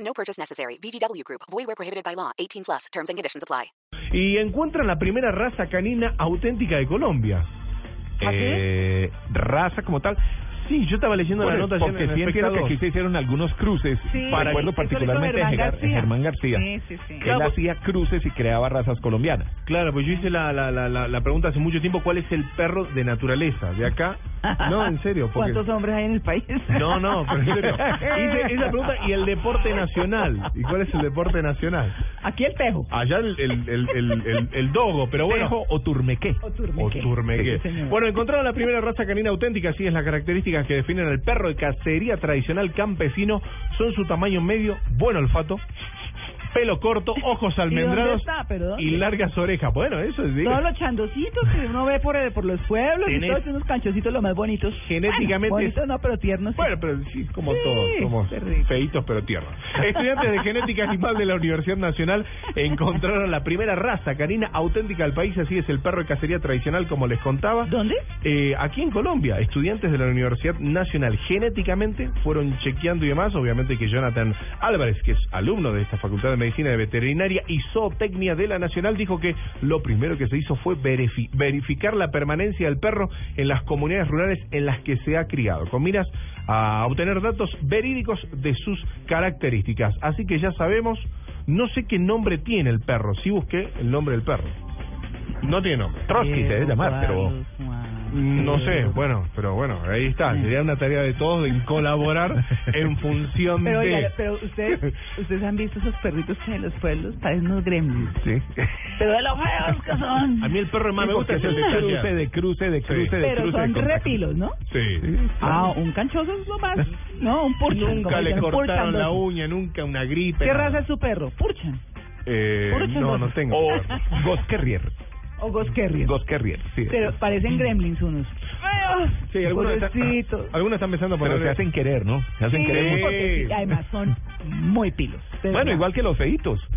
No purchase necessary. VGW Group. Void where prohibited by law. 18 plus. Terms and conditions apply. y encuentran la primera raza canina auténtica de Colombia. eh, raza como tal. Sí, yo estaba leyendo Bueno, la nota ayer porque en el sí entiendo que Espectador. aquí se hicieron algunos cruces, Sí, para recuerdo eso lo hizo particularmente de Germán Germán García. García. Germán García. Sí, sí, sí. Él Claro, pues- hacía cruces y creaba razas colombianas. Claro, pues yo hice la, la, la, la, la pregunta hace mucho tiempo, ¿cuál es el perro de naturaleza de acá? No, en serio, porque... pues, ¿Cuántos hombres hay en el país? No, no, pero en serio. Hice esa pregunta y el deporte nacional. ¿Y cuál es el Ah, deporte nacional? Aquí el tejo. Allá el, el, el, el, el- el dogo, pero bueno... Tejo o turmequé. O turmequé. O turmequé. Sí, señor. bueno, encontraron la primera raza canina auténtica, así es las características que definen al perro de cacería tradicional campesino, son su tamaño medio, buen olfato, pelo corto, ojos almendrados dónde está? ¿Pero dónde? y largas orejas. Bueno, eso es digo, Todos los chandocitos que uno ve por, el- por los pueblos y Tenés- todos unos canchocitos los más bonitos. Genéticamente Bueno, es- bonitos no, pero tiernos. sí. Bueno, pero sí, como Sí, todos, somos terrible. feitos pero tiernos. Estudiantes de genética animal de la Universidad Nacional encontraron la primera raza canina auténtica del país, así es el perro de cacería tradicional, como les contaba. ¿Dónde? Eh, aquí en Colombia, estudiantes de la Universidad Nacional genéticamente fueron chequeando y demás. Obviamente que Jonathan Álvarez, que es alumno de esta Facultad de Medicina de Veterinaria y Zootecnia de la Nacional, dijo que lo primero que se hizo fue verifi- verificar la permanencia del perro en las comunidades rurales en las que se ha criado, con miras a obtener datos verídicos de sus características. Así que ya sabemos, no sé qué nombre tiene el perro, si busqué el nombre del perro. No tiene nombre. Eh, Trotsky se debe llamar, pero... No sé, Mm. bueno, pero bueno, ahí está. Sería una tarea de todos en colaborar en función Pero, de. oiga, pero ustedes, ustedes han visto esos perritos que hay en los pueblos parecen unos gremlins. Sí. Pero de los feos que son. A mí el perro que más me gusta es el de cruce, de cruce, de cruce, de pero cruce. de son contacto. repilos, ¿no? Sí. Ah, un canchoso es lo más. No, un purchan. Nunca como le dicen, cortaron purchan la los- uña, nunca una gripe. ¿Qué nada. raza es Oh. su perro? Purchan. Eh, Puro no, changoso. no tengo. O Ghost Carrier. O Ghost Terrier. Ghost Carrier, sí. Pero parecen gremlins unos. Ah, Sí, algunos están, Ah, Pobrecitos. algunos están pensando Pero se ponerle- hacen querer, ¿no? Se hacen Sí, querer. muy- porque sí, además son muy pilos. de Bueno, verdad. igual que los feitos.